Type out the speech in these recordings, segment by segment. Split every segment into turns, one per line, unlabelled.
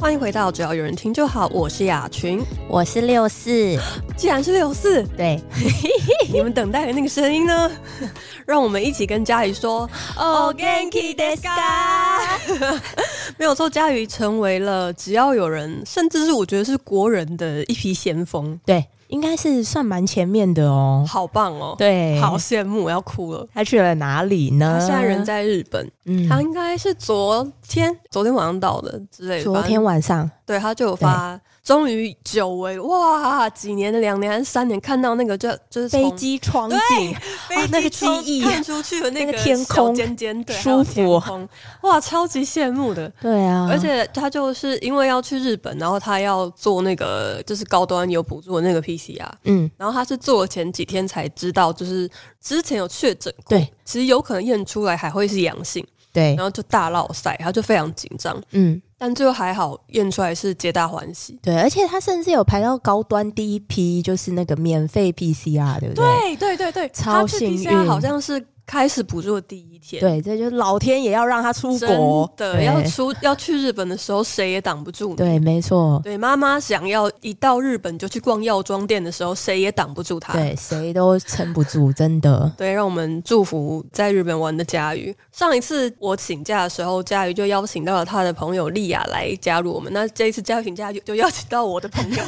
欢迎回到只要有人听就好，我是雅群。
我是六四，
既然是六 四，
对，
你们等待的那个声音呢？ 让我们一起跟佳宇说哦
Genki desu ka？
没有错，佳宇成为了只要有人，甚至是我觉得是国人的一批先锋，
对，应该是算蛮前面的哦。
好棒哦！，
对，
好，羡慕，我要哭了。
他去了哪里呢？
他现在人，在日本，
嗯
他应该是昨天昨天晚上到的之类的。
昨
反正
天晚上，
对，他就有发，终于久违哇，几年的两年还是三年，看到那个就就是从
飞机窗
对
景，哦
飞
那个
机窗
记忆
看出去的那
那
个
个天
小
空
尖尖，对，
舒
还有天
服
空，哇，超级羡慕的。
对啊，
而且他就是因为要去日本，然后他要做那个就是高端有补助的那个 PCR，
嗯，
然后他是做了前几天才知道，就是之前有确诊过，
对
其实有可能验出来还会是阳性，
对
然，后就大落塞，他就非常紧张，
嗯，
但最后还好验出来是皆大欢喜。
对，而且他甚至有排到高端第一批，就是那个免费 PCR，对不对？
对对对对，
超
他去
幸
PCR
运
好像是开始补助的第一天，
对，这就是老天也要让他出
真
国，
的
对
要出要去日本的时候，谁也挡不住你。
对，没错，
对妈妈想要一到日本就去逛药妆店的时候，谁也挡不住她。
对，谁都撑不住，真的，
对让我们祝福在日本玩的佳瑜。上一次我请假的时候，佳瑜就邀请到了她的朋友丽雅来加入我们。那这一次佳瑜 请假就就邀请到我的朋 友，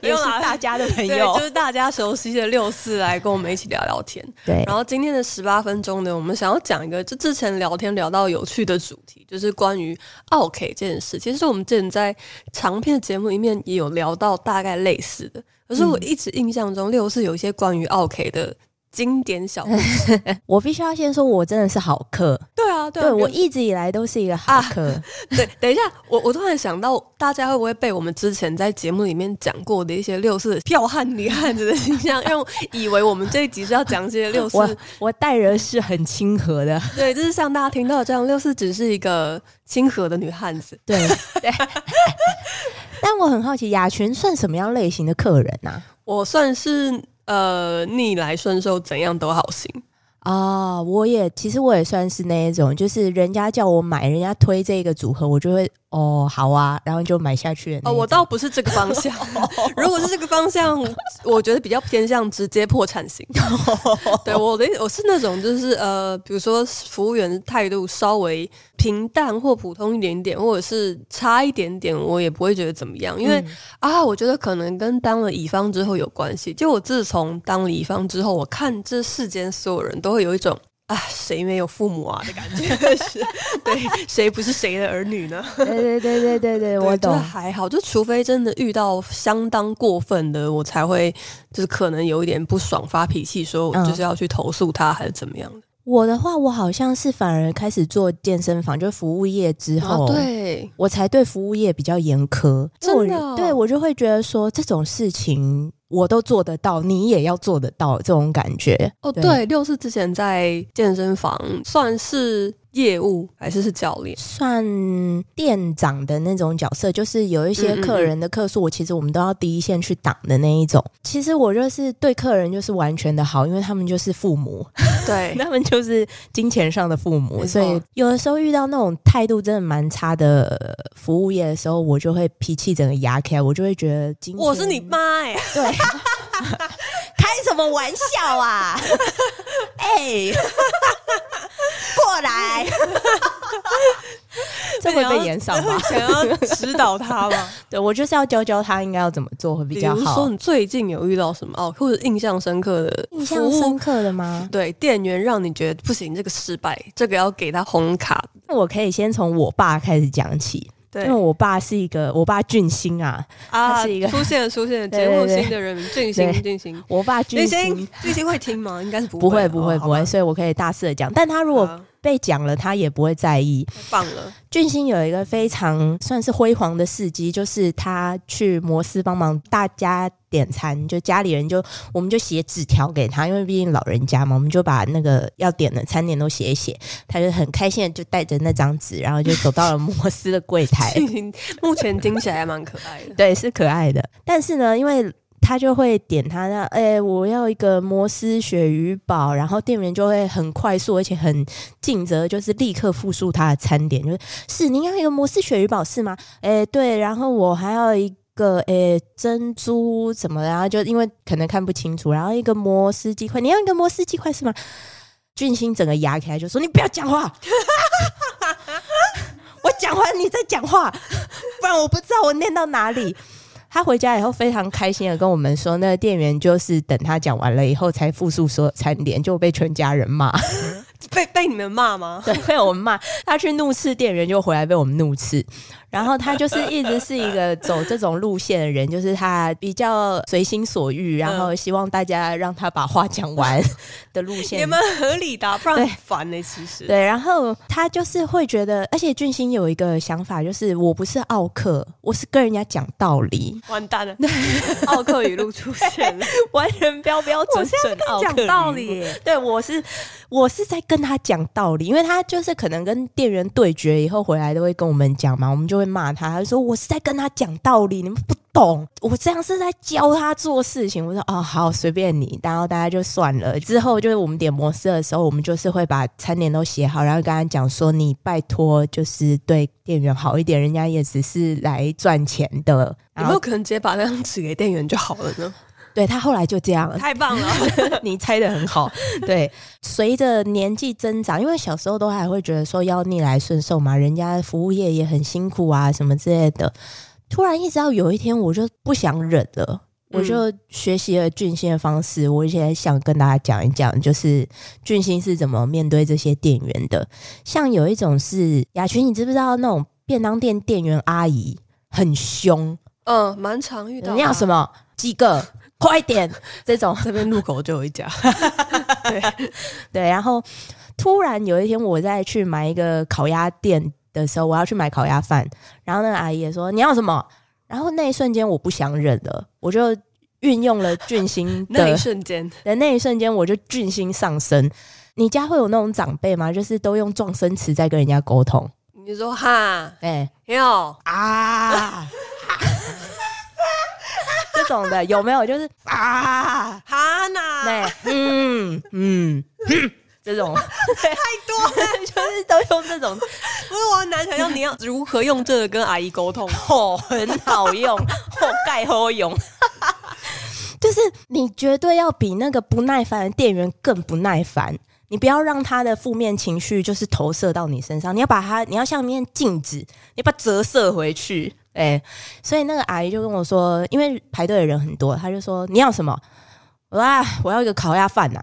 没
也
有
是
啦
大家的朋
对，
友
就，是大家熟悉的六四来跟我们一起聊聊天。
对
然后今天的十八分钟呢，我们想要讲一个，就之前聊天聊到有趣的主题，就是关于 OK 这件事。其实我们之前在长篇节目里面也有聊到大概类似的，可是我一直印象中六四有一些关于 OK 的经典小故事。
我必须要先说，我真的是好客，
对啊，对啊，
对我
比
一直以来都是一个好客，
如 对，等一下，我我突然想到，大家会不会被我们之前在节目里面讲过的一些六四的彪悍女汉子的形象，让我以为我们这一集是要讲一些六四
我我待人是很亲和的，
对，就是像大家听到的这样，六四只是一个亲和的女汉子。
对对。 但我很好奇，雅群算什么样类型的客人啊呐、
我算是呃逆来顺受，怎样都好行。
啊？哦，我也其实我也算是那一种，就是人家叫我买，人家推这个组合，我就会哦好啊，然后就买下去的
哦，
那一种嗯
我倒不是这个方向。如果是这个方向，我觉得比较偏向直接破产型。对我的我是那种就是呃，比如说服务员态度稍微平淡或普通一点点，或者是差一点点，我也不会觉得怎么样，因为、啊，我觉得可能跟当了乙方之后有关系。就我自从当了乙方之后，我看这世间所有人都会有一种。啊，谁没有父母啊的感觉？ 是对，谁不是谁的儿女呢？
对对对对对 对，我
对
懂
就是。还好，就除非真的遇到相当过分的，我才会就是可能有一点不爽，发脾气，说我
嗯
就是要去投诉他，还是怎么样的。
我的话，我好像是反而开始做健身房，就是服务业之后，
啊，对，
我才对服务业比较严苛，
真的
因为我对我就会觉得说这种事情我都做得到，你也要做得到这种感觉。
哦，
对
对，六是之前在健身房算是业务还是是教 练？
算店长的那种角色，就是有一些
嗯嗯嗯
客人的客诉，我其实我们都要第一线去挡的那一种。其实我就是对客人就是完全的好，因为他们就是父母，
对，
他们就是金钱上的父
没
母，
错
所以有的时候遇到那种态度真的蛮差的呃服务业的时候，我就会脾气整个牙开，我就会觉得今天
我是你妈哎、
对，开什么玩 笑啊！哎、过 来，这会被延上吧？
啊想要指导他吗？
对我就是要教教他应该要怎么做 会比较
如
好
说，。你最近有遇到什么哦，或者印象深刻的
印
服
象
务
深刻的吗？
对店员让你觉得不行，这个失败，这个要给他红卡。
那我可以先从我爸开始讲起，因
对
为我爸是一个，我爸俊星啊，
啊，
嗯他是一个
出现了出现了
对
节
对
目
对
新的人俊星
对
俊星
我爸
俊
俊
星
星。
俊星会听吗？应该是不
不会
会
不会
哦
不会，
好吧
所以我可以大肆的讲，但他如果
好
被讲了，他也不会在意。
太棒了，
俊星有一个非常算是辉煌的事迹，就是他去摩斯帮忙大家点餐，就家里人就我们就写纸条给他，因为毕竟老人家嘛，我们就把那个要点的餐点都写一写，他就很开心的就带着那张纸，然后就走到了摩斯的柜台。
俊星目前听起来还蛮可爱的。
对，是可爱的，但是呢，因为他就会点他那，哎、我要一个摩斯鳕鱼堡，然后店员就会很快速而且很尽责，就是立刻复述他的餐点，就是是您要一个摩斯鳕鱼堡是吗？哎、对，然后我还要一。个诶、珍珠怎么？然后就因为可能看不清楚，然后一个摩斯鸡块，你要一个摩斯鸡块是吗？俊兴整个牙起来就说：“你不要讲话， 我讲话你在讲话， 不然我不知道我念到哪里。”他回家以后非常开心的跟我们说，那个店员就是等他讲完了以后才复述所有餐点，就被全家人 骂，
被被你们骂吗？
对，被我们骂。他去怒斥店员，就回来被我们怒斥。然后他就是一直是一个走这种路线的人，就是他比较随心所欲，然后希望大家让他把话讲完的路线。
也蛮合理的啊、不然很烦呢、其实，
对，然后他就是会觉得，而且俊星有一个想法，就是我不是奥克，我是跟人家讲道理，
完蛋了， 奥克语录出现了。
完全标标准 准奥克
讲道理
语录
耶。
哦对，我是我是在跟他讲道理，因为他就是可能跟店员对决以后回来都会跟我们讲嘛，我们就会骂他，他就说我是在跟他讲道理，你们不懂，我这样是在教他做事情。我说哦，好，随便你，然后大家就算了。之后就是我们点摩斯的时候，我们就是会把餐点都写好，然后跟他讲说，你拜托就是对店员好一点，人家也只是来赚钱的。
有
然
没有
后
可能直接把那张纸给店员就好了呢？
对他后来就这样，
太棒了！
你猜的很好。对，随着年纪增长，因为小时候都还会觉得说要逆来顺受嘛，人家服务业也很辛苦啊，什么之类的。突然意识到有一天，我就不想忍了。我就
嗯
学习了俊星的方式，我现在想跟大家讲一讲，就是俊星是怎么面对这些店员的。像有一种是雅群，你知不知道那种便当店店员阿姨很凶，
嗯，蛮常遇到。
你要什
么？
么几个，快点这种，
这边路口就有一家。
对，然后突然有一天我在去买一个烤鸭店的时候，我要去买烤鸭饭，然后那个阿姨也说你要什么，然后那一瞬间我不想忍了，我就运用了俊星
那一
的，
瞬间，
的那一瞬间我就俊星上身。你家会有那种长辈吗？就是都用撞声词在跟人家沟通，
你说哈
哎、
哟，
啊。这种的有没 有？就是啊，
哈娜，
对，嗯嗯， 这 种
太多了，
就是都用这种
不是我很难想象你要如何用这个跟阿姨沟 通。
哦，很好 用，哦，盖好用。 就是你绝对要比那个不耐烦的店员更不耐烦，你不要让他的负面情绪就是投射到你身上，你要把他，你要像面镜子，你把它折射回去。哎、所以那个阿姨就跟我说，因为排队的人很多，她就说你要什么？我说啊，我要一个烤鸭饭呐、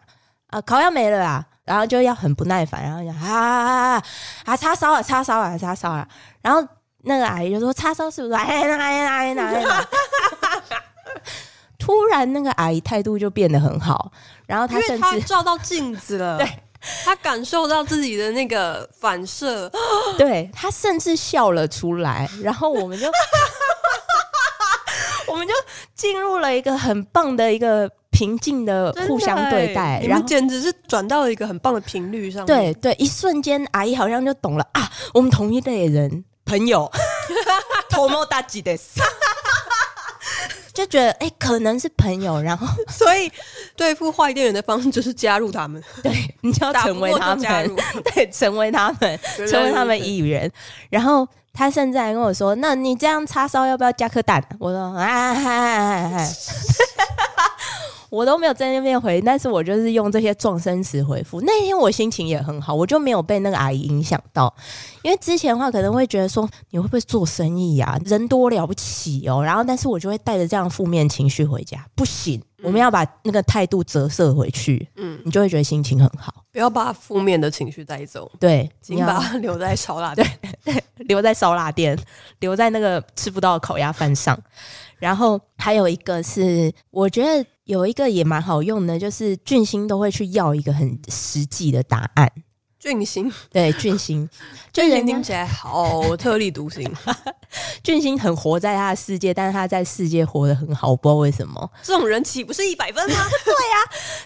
啊，烤鸭没了啦，然后就要很不耐烦，然后讲啊啊啊啊，叉烧啊，叉烧啊，叉烧啊，然后那个阿姨就说：“叉烧是不是？”哎呀哎呀哎呀哎呀！ 突然，那个阿姨态度就变得很好，然后
因
她
为
甚
他
至
照到镜子 了，
对，
他感受到自己的那个反射，
对她甚至笑了出来，然后我们就 我们就进入了一个很棒的一个平静的互相对待，
欸你
然
们
后。
简直是转到了一个很棒的频率上面。
对对，一瞬间阿姨好像就懂了啊，我们同一类人 朋友，头毛大吉的，就觉得哎、可能是朋友，然后
所以对付坏店员的方式就是加入他们，
对，你就要
打不
成为
过
他
就加
们
入，
对，成为他们，
原来
成为他们
如此
一员。然后他甚至还跟我说：“那你这样叉烧要不要加颗蛋？”我说：“啊，嗨嗨嗨嗨我都没有在那边回，但是我就是用这些撞声词回复。那天我心情也很好，我就没有被那个阿姨影响到。因为之前的话，可能会觉得说你会不会做生意呀、人多了不起哦。然后，但是我就会带着这样负面情绪回家，不行，我们要把那个态度折射回去。
嗯
嗯，你就会觉得心情很好。
不要把负面的情绪带 走，
对，
请
你
把
要
它留在烧腊店。
留在烧腊店，留在那个吃不到的烤鸭饭上。然后还有一个是，我觉得有一个也蛮好用的，就是俊星都会去要一个很实际的答案。
俊星，
对，俊星，就
俊星
人
听
家
起来好特立独行，
俊星很活在他的世界，但是他在世界活得很好，我不知道为什么。
这种人岂不是一百 分吗？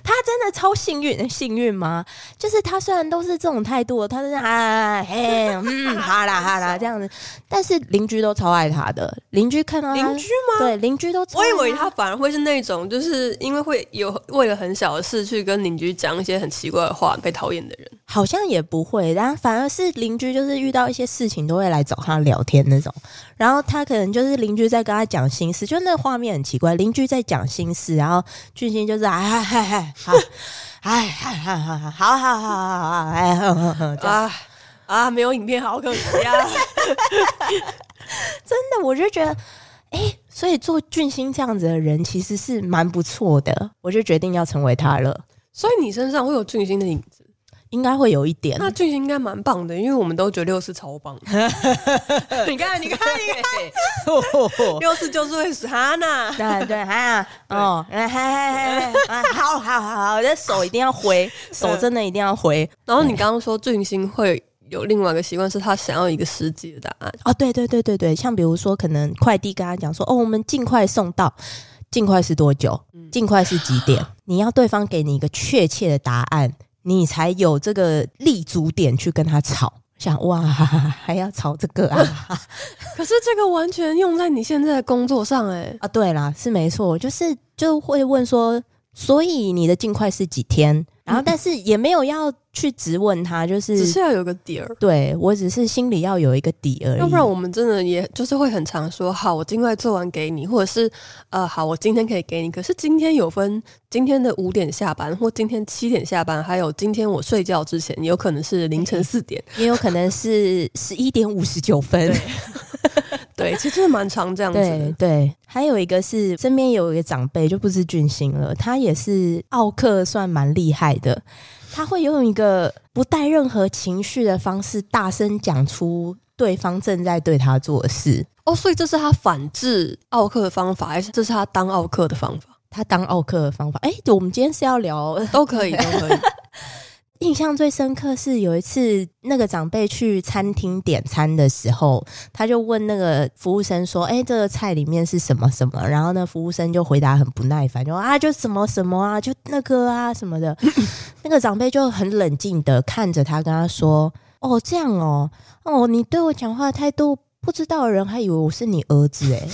他真的超幸运，诶幸运吗？就是他虽然都是这种态度，他就是啊嘿嗯哈啦哈啦这样子，但是邻居都超爱他的，邻居看到他
邻居吗？
对邻居都超
我
爱
以为他反而会是那种，就是因为会有为了很小的事去跟邻居讲一些很奇怪的话，被讨厌的人。
好像也不会，但反而是邻居就是遇到一些事情都会来找他聊天那种，然后他可能就是邻居在跟他讲心事，就那画面很奇怪，邻居在讲心事，然后俊星就是哎嗨嗨嗨好，哎嗨嗨嗨好好好好好好哎哼哼哼这样。
啊啊，没有影片好可惜啊！
真的，我就觉得，哎、所以做俊星这样子的人其实是蛮不错的，我就决定要成为他了，
所以你身上会有俊星的影子，
应该会有一点。
那俊星应该蛮棒的，因为我们都觉得六四超 棒的。你看，你看，你看，六四就是会死哈娜。
对对啊，哦，哎嗨嗨嗨，好好好好，这手一定要挥，手真的一定要挥。
然后你刚刚说俊星会有另外一个习惯，是他想要一个实际的答案。
哦，对对对对对，像比如说，可能快递跟他讲说，哦，我们尽快送到，尽快是多久？尽快是几点？你要对方给你一个确切的答案，你才有这个立足点去跟他吵。想哇，还要吵这个啊？
可是这个完全用在你现在的工作上、哎，
啊，对啦，是没错，就是就会问说，所以你的尽快是几天？然后，但是也没有要去质问他，就
只
是
是要有个底儿。
对我只是心里要有一个底而已。
要不然我们真的也就是会很常说，好，我尽快做完给你，或者是呃，好，我今天可以给你。可是今天有分今天的五点下班，或今天七点下班，还有今天我睡觉之前，有可能是凌晨四点。
也有可能 是十一点五十九分。
对，其实真的蛮常这样子
对
的。
对，还有一个是身边有一个长辈，就不是俊星了，他也是奥克，算蛮厉害的。他会用一个不带任何情绪的方式，大声讲出对方正在对他做的事。
哦，所以这是他反制奥克的方法，还是这是他当奥克的方法？
他当奥克的方法，哎，我们今天是要聊。
都可以，都可以。
印象最深刻是有一次，那个长辈去餐厅点餐的时候，他就问那个服务生说：“哎、这个菜里面是什么什么？”然后呢，服务生就回答很不耐烦，就说啊，就什么什么啊，就那个啊什么的。 那个长辈就很冷静的看着他，跟他说：“哦，这样哦，哦，你对我讲话的态度，不知道的人还以为我是你儿子哎。”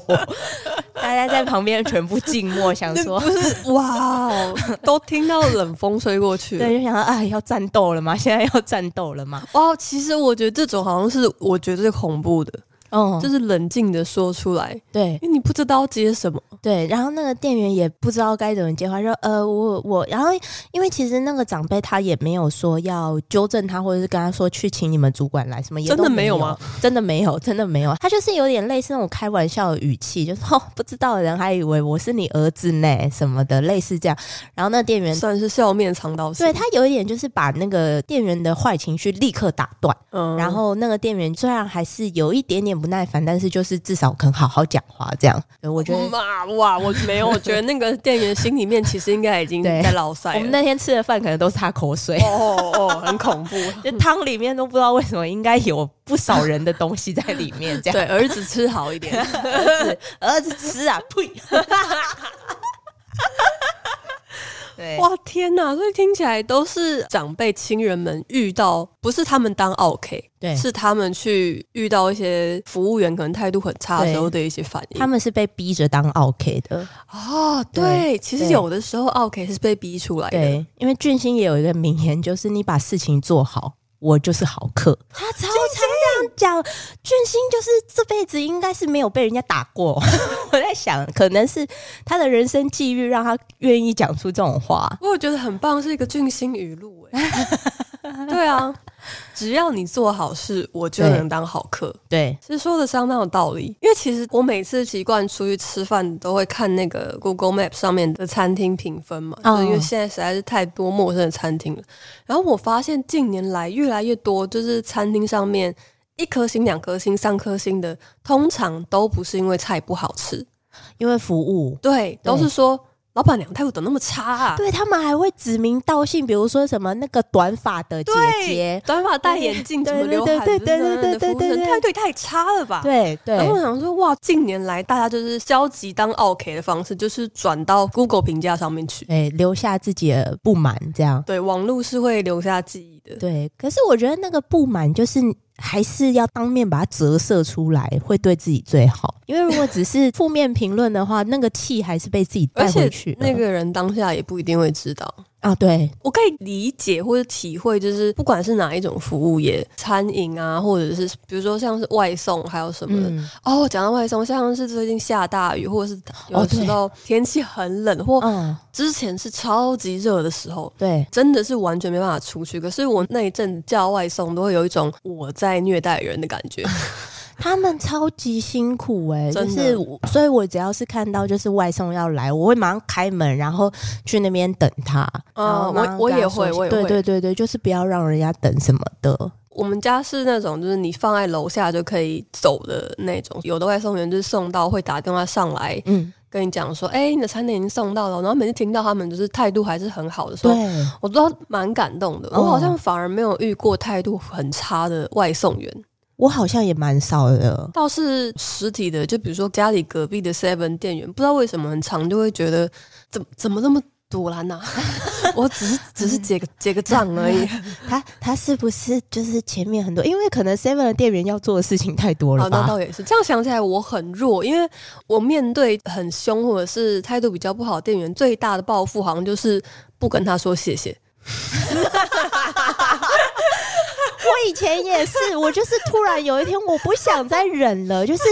大家在旁边全部静默，想
那不是哇哦，都听到冷风吹过去了。
对，就想到啊，要战斗了吗？现在要战斗了吗？
哇，哦其实我觉得这种好像是我觉得最恐怖的，
哦，
就是冷静的说出来，
对
因为你不知道接什么。
对，然后那个店员也不知道该怎么接话，说呃，我我，然后因为其实那个长辈他也没有说要纠正他，或者是跟他说去请你们主管来什么，也
真的
都
没
没
有吗？
真的没有，真的没有，他就是有点类似那种开玩笑的语气，就是哦，不知道的人还以为我是你儿子呢什么的，类似这样。然后那店员
算是笑面藏刀型。
对他有一点就是把那个店员的坏情绪立刻打断。
嗯
然后那个店员虽然还是有一点点不耐烦，但是就是至少肯好好讲话，这样。对我觉得
妈哇，我没有，我觉得那个店员心里面其实应该已经
对
在老塞
我们
了。
那天吃的饭可能都是他口水，
哦哦，哦很恐怖。
就汤里面都不知道为什么应该有不少人的东西在里面，这样。
对，儿子吃好一点。
儿子吃啊，呸！ 对，
哇天哪！所以听起来都是长辈亲人们遇到，不是他们当 OK，
对
是他们去遇到一些服务员可能态度很差的时候的一些反应
他。们是被逼着当 OK 的，
哦，
对
对，其实
对
有的时候 OK 是被逼出来的。
对，因为俊星也有一个名言，就是你把事情做好。我就是好客，他超常这样讲。俊星就是这辈子应该是没有被人家打过。 我在想，可能是他的人生际遇让他愿意讲出这种话。
我有觉得很棒，是一个俊星语录哎。 对啊，只要你做好事，我就
对
能当好客。
对，
其实说的相当有道理，因为其实我每次习惯出去吃饭都会看那个 Google Map 上面的餐厅评分嘛，
嗯
就是因为现在实在是太多陌生的餐厅了。然后我发现近年来越来越多，就是餐厅上面一颗星、两颗星、三颗星的，通常都不是因为菜不好吃，
因为服务，
对，都是说老板娘态度怎么那么差啊？
对他们还会指名道姓，比如说什么那个短发的姐姐，
短发戴眼镜，
对
怎么刘海啊
对对对对对对对对
态度也太差了吧？
对对，
然后我想说，哇，近年来大家就是消极当 OK 的方式，就是转到 Google 评价上面去。
对留下自己的不满这样。
对，网络是会留下记忆的。
对，可是我觉得那个不满就是还是要当面把它折射出来，会对自己最好。因为如果只是负面评论的话，那个气还是被自己
而
带回
且
去了。
那个人当下也不一定会知道。
啊，对
我可以理解或者体会，就是不管是哪一种服务业，餐饮啊，或者是比如说像是外送，还有什么的。
嗯
哦，讲到外送，像是最近下大雨，或者是有
哦
时候天气很冷，或
嗯，
之前是超级热的时候，
对，
真的是完全没办法出去。可是我那一阵叫外送，都会有一种我在虐待人的感觉。
他们超级辛苦哎、
真
就
的
是我，所以我只要是看到就是外送要来，我会马上开门，然后去那边等他。
嗯
然后马上
我我也会
跟他说
我也会
对对对对，就是不要让人家等什么的。
我们家是那种，就是你放在楼下就可以走的那种。有的外送员就是送到会打电话上来
嗯，
跟你讲说：“哎、你的餐点已经送到了。”然后每次听到他们就是态度还是很好的时
对
候，，我都蛮感动的。
哦
我好像反而没有遇过态度很差的外送员，
我好像也蛮少的。
倒是实体的，就比如说家里隔壁的 Seven 店员，不知道为什么很常就会觉得怎怎么那么堵然呐、 我只是只是结个结个账而 已。
他他是不是就是前面很多？因为可能 Seven 的店员要做的事情太多
好，
了
那
吧？
倒也是。这样想起来，我很弱，因为我面对很凶或者是态度比较不好的店员，最大的报复好像就是不跟他说谢谢。
我以前也是，我就是突然有一天我不想再忍了，就是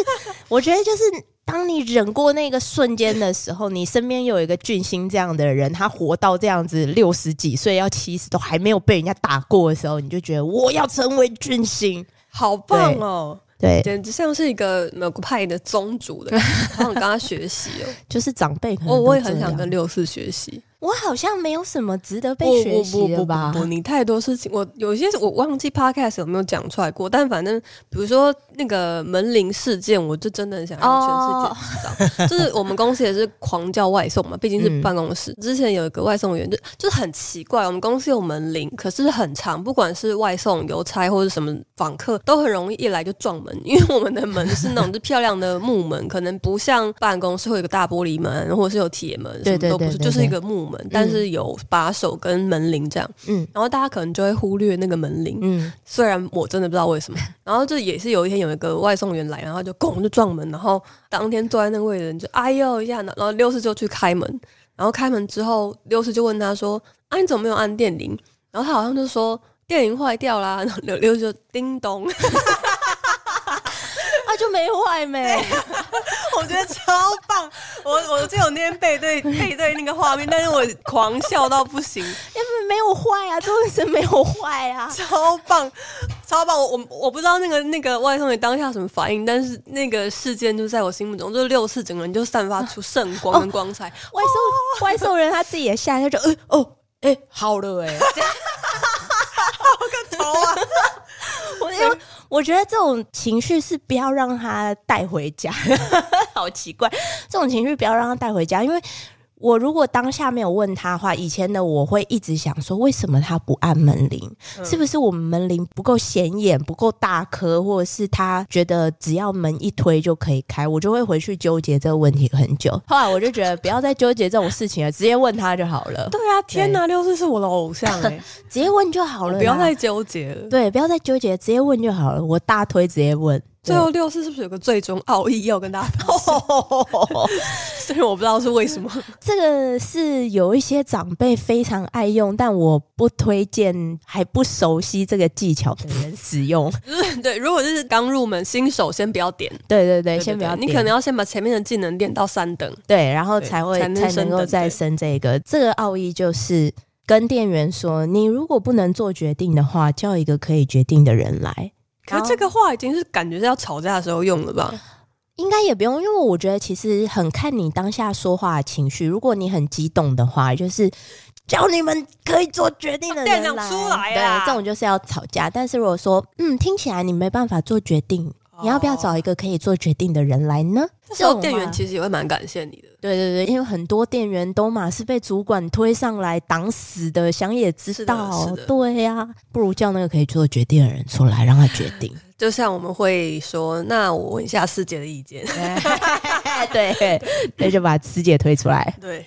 我觉得就是。当你忍过那个瞬间的时候，你身边有一个俊星这样的人，他活到这样子六十几岁，要七十都还没有被人家打过的时候，你就觉得我要成为俊星。
好棒哦，
对，
简直像是一个某个派的宗主 的感觉，好想跟他学习哦。
就是长辈可能
我
都
我也
这
很想
样
跟六四学习。
我好像没有什么值得
不
被学习的吧
不不不不，你太多事情，我有些我忘记 podcast 有没有讲出来过，但反正比如说那个门铃事件，我就真的很想让
哦
全世界知道。就是我们公司也是狂叫外送嘛，毕竟是
嗯
办公室。之前有一个外送员就就是很奇怪，我们公司有门铃，可是很长，不管是外送、邮差或者什么访客，都很容易一来就撞门，因为我们的门是那种就漂亮的木门，可能不像办公室会有个大玻璃门，或者是有铁门，什么
对对
都不
对
是，
对
就是一
对
个。的木门，但是有把手跟门铃这样，
嗯
然后大家可能就会忽略那个门铃。
嗯，
虽然我真的不知道为什么， 然后就也是有一天有一个外送员来，然后就拱就撞门，然后当天坐在那个位的人就哎呦一下，然后六四就去开门，然后开门之后六四就问他说：“啊，你怎么没有按电铃？”然后他好像就说。电铃坏掉啦， 然后六六就叮咚，
啊就没坏没。
我觉得超棒。我我记得我那天背对背对那个画面，但是我狂笑到不行。。
因为没有坏啊，真的是没有坏啊
超棒，超棒！我我我不知道那个那个外送员当下什么反应，但是那个事件就在我心目中，就六四整个人就散发出圣光跟光彩。
外送、外送人他自己也吓一跳，就呃哦，哎、好了哎、这样
好啊，
我因为我觉得这种情绪是不要让他带回家， 好奇怪，这种情绪不要让他带回家，因为。我如果当下没有问他的话，以前的我会一直想说，为什么他不按门铃？是不是我们门铃不够显眼、不够大颗，或者是他觉得只要门一推就可以开？我就会回去纠结这个问题很久。后来我就觉得不要再纠结这种事情了，直接问他就好 了，
对啊，天哪，六四是我的偶 像哎、
直接问就好了啦，
不要再纠结了。
对，不要再纠结，直接问就好了。我大推直接问，啊
最后六四是不是有个最终奥义要跟大家分享？ 虽然我不知道是为什么，
这个是有一些长辈非常爱用，但我不推荐还不熟悉这个技巧的人 使用。
就是对，如果就是刚入门新手，先不要点，
对对对，
对
先不要
对
点，
你可能要哎先把前面的技能练到三等。
对，然后
对
才会
才
才
能
能
升等
够
对
再升这个。这个奥义就是跟店员说，你如果不能做决定的话，叫一个可以决定的人来。
可是这个话已经是感觉是要吵架的时候用了吧？
应该也不用，因为我觉得其实很看你当下说话的情绪。如果你很激动的话，就是叫你们可以做决定的
店长
人来，
啊出来啦啊
对，这种就是要吵架。但是如果说嗯，听起来你没办法做决定，你要不要找一个可以做决定的人来呢？
那时候店
这种
员
嘛
其实也会蛮感谢你的。
对对对，因为很多店员都嘛是被主管推上来挡死的，想也知
是
道
的是，的
对呀、不如叫那个可以做决定的人出来，让他决 定。
就像我们会说，那我问一下师姐的意见。
对，那就把师姐推出来。
对，